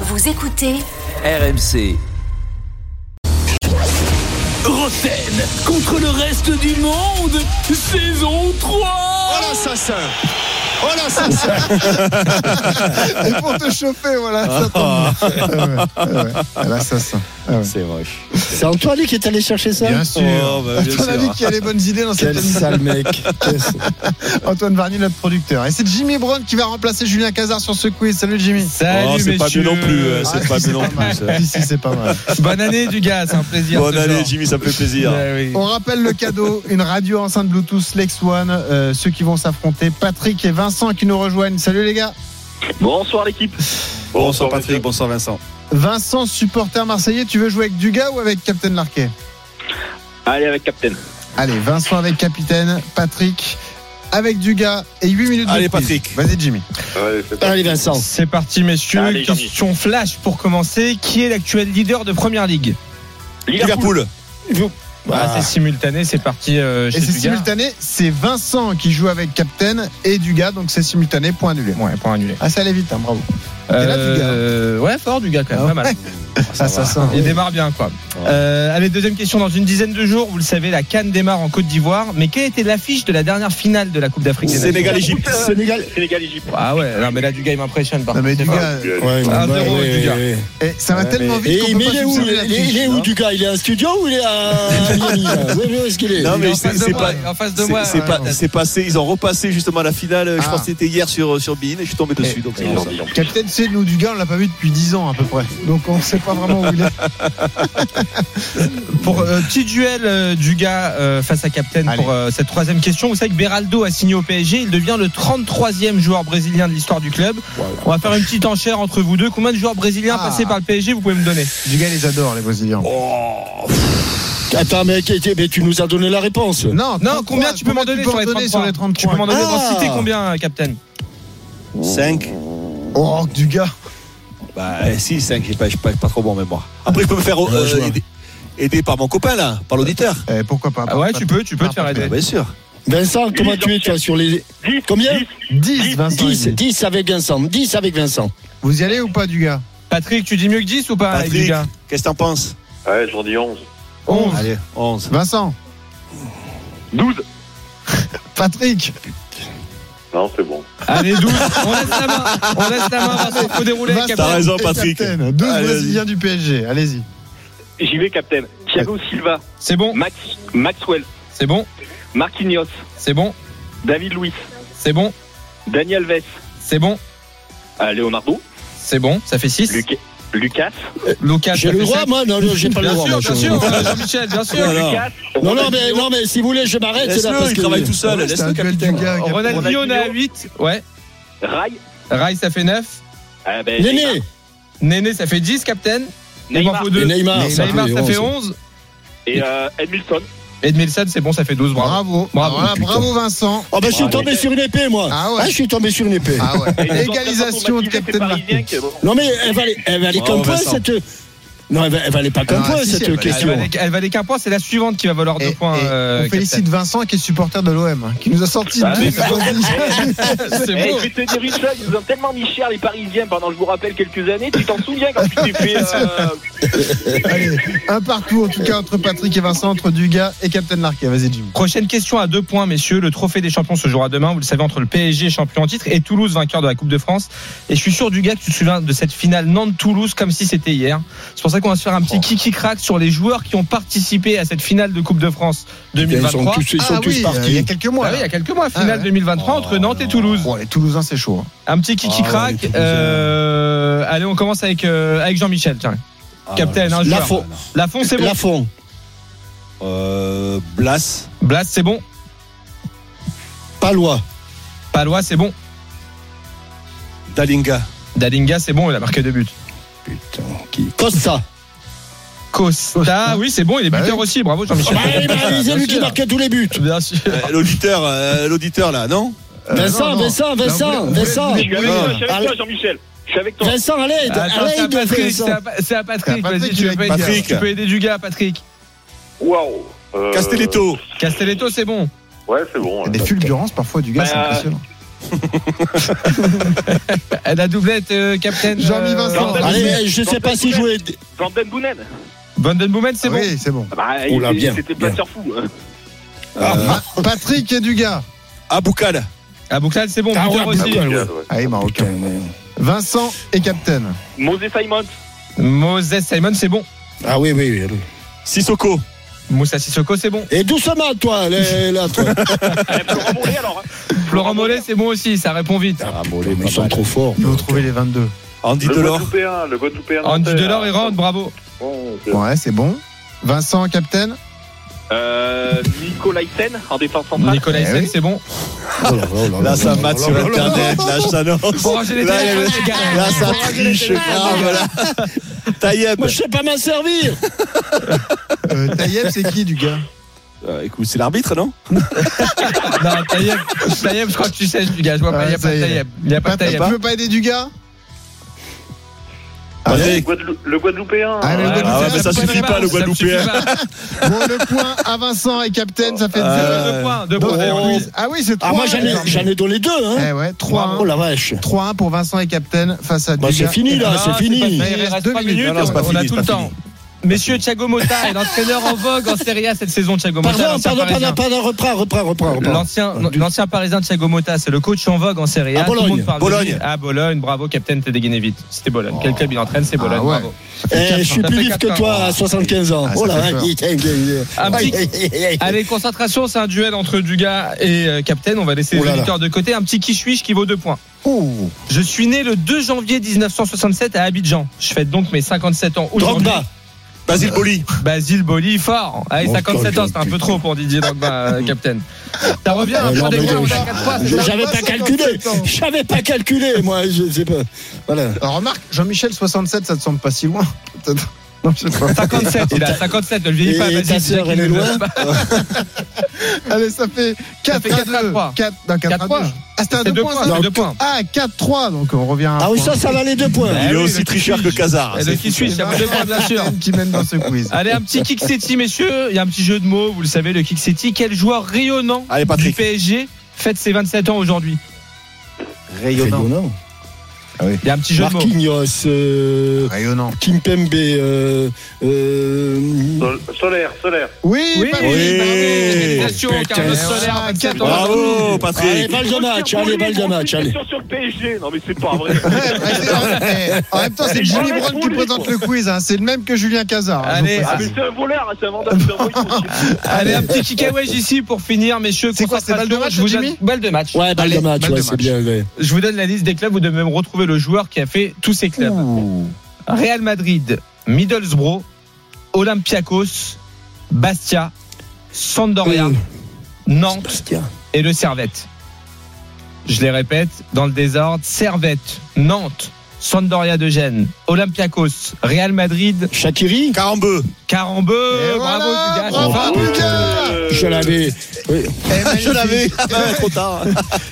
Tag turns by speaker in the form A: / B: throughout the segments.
A: Vous écoutez
B: RMC. Roten contre le reste du monde, saison 3
C: Oh l'assassin Oh l'assassin Et pour te chauffer, voilà, ça tombe. bien. Ah ouais, ah ouais, ah, L'assassin. Ah ouais.
D: C'est vrai.
E: C'est Antoine qui est allé chercher ça
C: Bien sûr.
D: Oh, bah, bien
C: T'en as vu
D: sûr.
C: qu'il y a les bonnes idées dans cette
E: Quel
C: émission.
E: sale mec. Qu'est-ce-
C: Antoine Varnier, notre producteur. Et c'est Jimmy Brown qui va remplacer Julien Cazard sur ce quiz. Salut Jimmy.
F: Salut,
D: Oh, c'est pas
F: messieurs.
D: mieux non plus, hein, c'est
C: Ah,
D: pas
C: si,
D: mieux non plus.
C: mal.
D: ça.
C: Si, si, c'est pas mal.
F: Bonne année du gars, c'est un plaisir.
D: Bonne
F: ce Eh
D: année,
F: genre.
D: Jimmy, ça me fait plaisir.
F: Ouais, oui.
C: On rappelle le cadeau une radio enceinte Bluetooth Lex One. euh, ceux qui vont s'affronter, Patrick et Vincent qui nous rejoignent. Salut les gars.
G: Bonsoir l'équipe.
D: Bonsoir Patrick, bonsoir Vincent.
C: Vincent, supporter marseillais, tu veux jouer avec Dugas ou avec Captain Larquet
G: Allez avec Captain.
C: Allez, Vincent avec capitaine, Patrick avec Dugas et 8 minutes de
D: Allez,
C: quiz.
D: Patrick.
C: Vas-y Jimmy.
E: Allez Vincent.
F: C'est parti, messieurs.
G: Allez, Jimmy.
F: Question flash pour commencer. Qui est l'actuel leader de Première Ligue
D: Liverpool.
F: Ah, C'est simultané, c'est parti euh,
C: Et
F: chez
C: c'est
F: du gars.
C: simultané, c'est Vincent qui joue avec capitaine et Dugas, donc c'est simultané, point annulé.
F: Ouais, point annulé.
C: Ah ça allait vite, hein, bravo. là, hein. du
D: hein.
C: gars.
F: Euh, ouais, fort du gars quand même,
C: Ah
F: pas mal.
C: ouais.
D: Ça va.
C: Assassin.
F: Il démarre bien quoi. Euh, allez, deuxième question. Dans une dizaine de jours, vous le savez, la Cannes démarre en Côte d'Ivoire. Mais quelle était l'affiche de la dernière finale de la Coupe d'Afrique des Nations
D: Sénégal, Égypte.
E: Sénégal.
G: Sénégal Égypte.
F: Ah ouais, non, mais là, du gars, il m'impressionne par
C: Non mais
F: contre.
C: Dugas,
E: Ouais,
F: Ah, zéro, Dugas.
C: eh, ça va tellement vite.
E: Et
C: qu'on
E: il-
C: peut
E: mais
C: pas
E: il est où
C: substituer
E: Il
C: la
E: est- il est
C: triche,
E: où
C: hein.
E: Dugas Il est à studio ou il est à Miami là Où est- où est-ce qu'il est
D: Non,
F: Il est
D: mais
F: en
D: c'est
F: face de
D: c'est
F: moi,
D: pas.
F: il est en face de
D: C'est
F: moi.
D: c'est
F: Ouais,
D: pas,
F: ouais.
D: c'est passé, ils ont repassé justement la finale, je
C: Ah.
D: pense que c'était hier sur, sur Bein, et je suis tombé dessus. Donc c'est pour ça.
C: Capitaine, c'est nous Dugas, on l'a pas vu depuis 10 ans à peu près. Donc on sait pas vraiment où il est.
F: Pour euh, petit duel euh, du gars euh, face à Captain
C: Allez.
F: pour euh, cette troisième question. Vous savez que Beraldo a signé au PSG. Il devient le 33e joueur brésilien de l'histoire du club. On va faire une petite enchère entre vous deux. Combien de joueurs brésiliens
C: Ah.
F: passés par le PSG vous pouvez me donner
C: Dugas les adore les Brésiliens.
E: Attends, mais, mais tu nous as donné la réponse.
C: Non,
F: Non, combien tu peux m'en donner sur les 33
C: sur les
F: Tu peux
C: 33
F: m'en donner
E: Ah.
F: en citer combien, euh, Captain
D: 5
C: Oh Dugas.
D: Bah, si, 5, je pas, j'ai pas, j'ai pas trop bon en mémoire. Après, je peux me faire euh,
E: je vois.
D: aider, aider par mon copain là, par l'auditeur.
C: Eh, pourquoi pas
F: Ah ouais, tu peux, tu peux te faire
D: Ah,
F: aider.
D: Bien sûr.
E: Vincent, comment tu es toi sur les.
G: 10,
E: Combien
C: 10 Vincent.
E: 10,
C: il dit.
E: 10 avec Vincent, 10 avec Vincent.
C: Vous y allez ou pas Dugas
F: Patrick, tu dis mieux que 10 ou pas avec du
D: Patrick,
F: gars
D: qu'est-ce que t'en penses
G: Ouais, j'en dis 11.
F: 11.
D: Allez, 11.
C: Vincent,
G: 12.
C: Patrick,
G: Non, c'est bon.
F: Allez, 12. On laisse la main. On laisse la main. Vincent, faut dérouler,
C: Vincent
F: Captain.
D: T'as raison,
C: et
D: Patrick.
C: Captain. 12
D: Allez,
C: Brésiliens du PSG, allez-y.
G: J'y vais, Captain. Thiago Silva,
F: C'est bon,
G: Max, Maxwell,
F: c'est bon,
G: Marquinhos,
F: c'est bon,
G: David Luiz,
F: c'est bon,
G: Daniel Vess,
F: c'est bon,
G: euh, Leonardo,
F: c'est bon. Ça fait 6.
G: Luc- Lucas,
F: Lucas,
E: J'ai
F: ça
E: le
F: fait
E: droit,
F: sept.
E: moi Non, non, j'ai pas le
F: Bien
E: droit.
F: sûr,
E: moi,
F: bien
E: je-
F: sûr, euh, Jean-Michel, bien sûr.
D: Voilà.
G: Lucas,
E: Non, non, mais,
G: Ronaldinho,
E: non, mais si vous voulez, je m'arrête là
D: Laisse-le,
E: parce
D: il
E: que.
D: travaille tout seul.
C: Ouais, c'est un
D: Laisse-le,
C: duel
D: capitaine.
C: Dugas, Captain.
F: Ronaldinho, on est à 8. Ouais.
G: Rai,
F: Rai, ça fait 9.
G: euh, ben,
E: Néné
F: Néné, ça fait 10, Captain. Il m'en
G: Neymar,
F: faut
E: Et
F: 2.
E: Neymar, Ah, ça
F: Neymar,
E: fait
F: ça fait
E: 11.
F: 11.
G: et euh, Edmilson.
F: Et de Milsan, c'est bon, ça fait 12. Bravo.
C: Bravo.
F: Bravo,
C: Alors là,
F: putain.
C: bravo Vincent.
E: Oh, ben, je suis
G: Ouais.
E: tombé sur une épée, moi.
C: Ah ouais.
E: Ah, je suis tombé sur une épée.
C: Ah ouais.
G: Et
C: Égalisation de
G: Jean-Pierre
C: Captain
G: Parisien
C: Marquet.
G: que-
E: Non mais elle valait, elle valait
D: Bravo,
E: qu'un point
D: Vincent.
E: cette. Non, elle, va- elle valait pas qu'un
C: Ah,
E: point
C: si, si,
E: cette
C: elle valait-
F: Elle
E: question.
F: valait, elle valait qu'un point, c'est la suivante qui va valoir
C: Et-
F: deux points.
C: et
F: euh, Bah
C: on
F: Captain.
C: félicite Vincent qui est supporter de l'OM, hein, qui nous a sorti
G: Ah,
C: deux
G: mais-
F: bah
C: Brésiliens.
F: C'est
G: Eh,
F: beau.
G: je vais te dire une chose, ils nous ont tellement mis cher les Parisiens pendant, je vous rappelle, quelques années. Tu t'en souviens quand tu t'es fait. euh,
C: Allez, un partout en tout cas entre Patrick et Vincent, entre Dugas et Captain Larquet. Vas-y Jim.
F: Prochaine question à deux points, messieurs. Le trophée des champions se jouera demain. Vous le savez, entre le PSG, champion en titre, et Toulouse, vainqueur de la Coupe de France. Et je suis sûr, du gars, que tu te souviens de cette finale Nantes-Toulouse comme si c'était hier. C'est pour ça qu'on va se faire un petit kiki-crack sur les joueurs qui ont participé à cette finale de Coupe de France
E: Ils sont
F: 2023.
E: tous, ils sont
C: Ah
E: tous
C: oui, euh, il y a
E: partis.
C: quelques mois.
F: Ah oui, il y
C: là.
F: a quelques mois,
C: Ah
F: finale
C: ouais.
F: 2023 entre Nantes et Toulouse.
C: Bon, les Toulousains c'est chaud. hein.
F: Un petit
E: Ah
F: kiki
E: ouais,
F: crack.
E: les Toulousains.
F: Euh, allez, on commence avec, euh, avec Jean-Michel. Tiens,
D: Ah,
F: Captain, un joueur.
E: Lafont.
F: Lafont, c'est bon.
E: Lafont.
D: Euh, Blas,
F: Blas, c'est bon.
E: Palois.
F: Palois, c'est bon.
D: Dalinga,
F: Dalinga, c'est bon. Il a marqué deux buts.
E: Putain, qui Costa.
F: Costa, oui, c'est bon. Il est
C: Bah
F: buteur
C: oui.
F: aussi. Bravo,
E: Ah
F: Jean-Michel.
E: bah, il m'a réalisé,
F: Bien
E: lui qui
F: sûr.
E: marquait tous les buts.
F: Bien sûr.
D: Euh, l'auditeur, euh, l'auditeur là, non
C: Euh,
E: Vincent,
C: non, non.
E: Vincent,
C: voulez-
E: Vincent,
C: vous voulez-
E: Vincent.
G: Je suis avec toi, je suis avec
E: Allez.
G: toi, Jean-Michel. Je suis avec toi.
E: Vincent, à l'aide.
F: Attends,
E: À
F: c'est à
E: l'aide,
F: Patrick, c'est
E: Vincent.
F: à, c'est à Patrick.
C: C'est à
F: Vas-y,
C: Patrick,
F: tu veux
C: avec
F: pas aider.
D: Patrick.
F: Tu peux aider du gars, Patrick.
G: Waouh. Euh,
D: Castelletto,
F: Castelletto, c'est bon.
G: Ouais, c'est bon.
C: Il y a des fulgurances parfois Dugas, c'est
G: Bah,
C: impressionnant.
F: La doublette, euh, capitaine.
C: Jean-Mi Vincent.
G: Van Den
E: Allez,
G: Boomen.
E: je sais pas si jouer.
G: Van Den Boonen.
F: Vandenboumen, c'est bon.
C: Oui, c'est bon.
G: Ah Bah,
D: Oula,
G: il-
D: bien,
G: c'était
D: bien.
G: pas sur fou. hein.
C: Ah, Patrick et Dugas.
D: Aboukal.
F: Ah, Bouclade, c'est bon.
E: Ah,
F: buteur
E: ouais,
F: aussi.
E: Bouclade.
C: Allez, Marocain. Ah, Vincent et Captain.
G: Mosé Simon.
F: Moses Simon, c'est bon.
E: Ah oui, oui, oui.
D: Sissoko.
F: Moussa Sissoko, c'est bon.
E: Et doucement, toi, les- là, toi.
G: Eh, Florent Mollet, alors. hein.
F: Florent Mollet, c'est bon aussi. Ça répond vite.
E: Ah, bon, les mecs sont trop forts.
C: Il faut trouver les 22.
D: Andy
A: Le
D: Delors.
A: Guadeloupéen, le Guadeloupéen.
F: Andy Delors et Oh, rentre, bravo.
A: Bon, ok.
C: Ouais, c'est bon. Vincent, Captain.
G: Euh, Nicolaisen en défense centrale.
F: Nicolas
C: Eh
F: Hyssen,
C: oui.
F: c'est bon.
E: Oh là là là
D: Là,
E: là
D: ça
E: là
D: mate
E: là
D: sur
E: là là là.
D: Internet. Là, je t'annonce.
F: Faut ranger les
D: Là, il y
F: téléphones,
D: a-
F: les gars.
D: Là, ça triche grave, là. Taïeb.
E: Moi, je sais pas m'en servir.
C: Euh, Taïeb, c'est qui, Dugas
D: Euh, écoute, c'est l'arbitre, non
F: Non, Taïeb, Taïeb, je crois que tu sais, du gars. Je vois pas, il n'y a
C: Ouais,
F: pas de
C: ça y est.
F: Taïeb. Il n'y a pas de
C: Pat- Tu
F: Taïeb.
C: veux pas aider Dugas
A: Le,
D: Patrick.
A: Guadelou- le Guadeloupéen.
C: Ah, mais le
A: euh,
C: Guadeloupéen,
D: Ah ouais, mais ça
C: c'est
D: suffit
C: la
D: pas, le
F: Ça me
D: Guadeloupéen.
F: suffit pas.
C: Bon, le point à Vincent et Captain, ça fait
D: Euh,
C: 0.
F: Deux points, deux
C: Donc,
F: points.
C: en plus- Ah oui, c'est 3.
E: Ah, moi, j'en ai, j'en ai donné deux, hein.
C: Eh ouais,
E: Oh
C: 3-1.
E: la vache.
C: 3-1 pour Vincent et Captain face à
E: Bah,
C: Dugas.
E: c'est fini, là,
F: Non,
E: c'est
F: pas
E: fini.
F: fini, Il reste
C: Deux
F: trois
C: minutes.
F: minutes,
D: Non, non, c'est pas
F: on
D: fini,
F: a
D: c'est
F: tout
D: pas
F: le temps. Messieurs, Thiago Motta est l'entraîneur en vogue en Serie A cette saison, Thiago Motta.
E: Pardon,
F: l'ancien
E: pardon,
F: Parisien.
E: pardon, pardon, reprends, reprends, reprends. reprends.
F: L'ancien, l'ancien parisien Thiago Motta, c'est le coach en vogue en Serie A.
E: À
F: Tout le
E: Bologne.
F: monde parle de
D: Bologne.
F: lui. À Bologne, bravo, capitaine, t'es dégainé vite. C'était Bologne. Quel club il entraîne, c'est Bologne,
C: Ah ouais.
F: bravo.
E: Eh, je suis
F: Ça
E: plus
F: fait
E: vif que
F: quatre
E: toi
F: ans.
E: à 75 ans.
C: Ah, ça
E: oh la
C: fait
E: vache.
C: peur.
F: Un
E: Aïe,
F: petit-
E: aïe, aïe, aïe.
F: Allez, concentration, c'est un duel entre Dugas et euh, Captain. On va laisser
E: Oh là
F: les
E: là.
F: auditeurs de côté. Un petit quiche qui vaut deux points.
C: Oh,
F: Je suis né le 2 janvier 1967 à Abidjan. Je fête donc mes 57 ans aujourd'hui.
E: Drogba.
D: Basile Boli.
F: Basile Boli, fort. Allez,
E: Bon,
F: 57 ans, c'est un peu
E: putain.
F: trop pour Didier Drogba, euh, capitaine. Ça revient,
E: Ah,
F: un
E: non,
F: point
E: mais
F: d'écart,
E: je-
F: on est à quatre points, c'est
E: Je-
F: ça
E: J'avais Ah, pas
C: 57
E: calculé.
C: ans.
E: J'avais pas calculé, moi. Je sais pas. Voilà.
C: Alors, remarque, Jean-Michel 67, ça te semble pas si loin. Peut-être. Non, je sais pas.
F: 57, il a 57, ne le vieillis
E: Et
F: pas,
E: ta
F: Basile.
E: sœur,
F: c'est
E: elle est
F: qu'il ne-
E: loin
C: Allez, ça fait 4
F: fait
C: à
F: quatre à
C: 2.
F: trois.
C: 4, non, 4
F: Quatre
C: à 2.
F: points.
C: Ah, c'était à
F: C'est
C: 2
F: deux
C: points,
F: points,
C: ça
F: c'est deux points.
C: Ah, 4-3, donc on revient à un
E: Ah oui,
C: point.
E: ça, ça valait deux points.
F: Ah
D: Il est
F: oui,
D: aussi
F: le
D: tricheur que
F: quiche.
E: Ah,
D: Casar.
F: Et le qui suit, il y a deux points, bien sûr.
C: qui mène dans ce quiz.
F: Allez, un petit kick city, messieurs. Il y a un petit jeu de mots, vous le savez, le kick city. Quel joueur rayonnant
D: Allez,
F: du
D: Patrick.
F: PSG fête ses 27 ans aujourd'hui
D: Rayonnant.
E: Rayonnant.
F: Il y a un petit jeu de mots.
E: Marquinhos, euh,
C: Rayonnant.
E: Kimpembe, euh, euh,
A: Sol- Solaire, solaire.
C: Oui,
F: Oui,
C: pas
F: oui,
C: mal.
F: félicitations,
E: Putain.
F: Carlos Soler,
C: Ah,
F: 27 ans.
D: Bravo,
E: Allez,
D: Patrick.
E: balle de match, allez, balle de match, allez.
G: Sur, sur le PSG. Non, mais c'est pas vrai.
C: Ouais, ouais, c'est- en- eh, en même temps, c'est Julie Brown qui présente le quiz. hein. C'est le même que Julien Cazard. hein, je vous
F: Allez,
C: précise.
G: Ah, mais c'est un voleur, hein, c'est un vendeur, c'est un voyou.
F: Allez, un petit kick away ici pour finir, messieurs.
C: C'est quoi, c'est balle de
F: Concentration,
C: match,
F: je vous donne-
C: Jimmy
F: Balle de match.
E: Ouais, balle
C: Allez,
E: de match,
C: balle de
E: ouais, c'est
C: match.
E: bien. ouais.
F: Je vous donne la liste des clubs. Vous devez me retrouver le joueur qui a fait tous ces clubs. Real Madrid, Middlesbrough, Olympiakos, Bastia, Sampdoria,
E: Mmh.
F: Nantes
E: Bastia.
F: et le Servette. Je les répète dans le désordre Servette, Nantes, Sampdoria de Gênes, Olympiakos, Real Madrid,
E: Shakiri
D: Carambeu.
F: Carambeu.
C: Et
F: bravo,
C: voilà,
F: Dugas,
C: bravo,
F: bravo.
C: Dugas.
E: Ah, Je l'avais. Oui.
C: Eh,
D: Je l'avais. Ah, bah, Trop tard.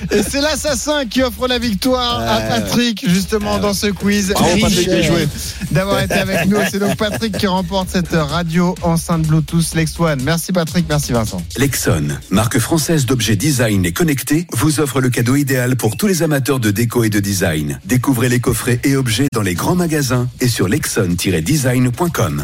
C: Et c'est l'assassin qui offre la victoire à Patrick, justement, dans ce quiz.
D: Bravo,
C: Riche,
D: Patrick, bien
C: euh,
D: joué.
C: D'avoir été avec nous. C'est donc Patrick qui remporte cette radio enceinte Bluetooth Lex One. Merci Patrick, merci Vincent.
H: Lexon, marque française d'objets design et connectés, vous offre le cadeau idéal pour tous les amateurs de déco et de design. Découvrez les coffrets et objets dans les grands magasins et sur lexon-design.com.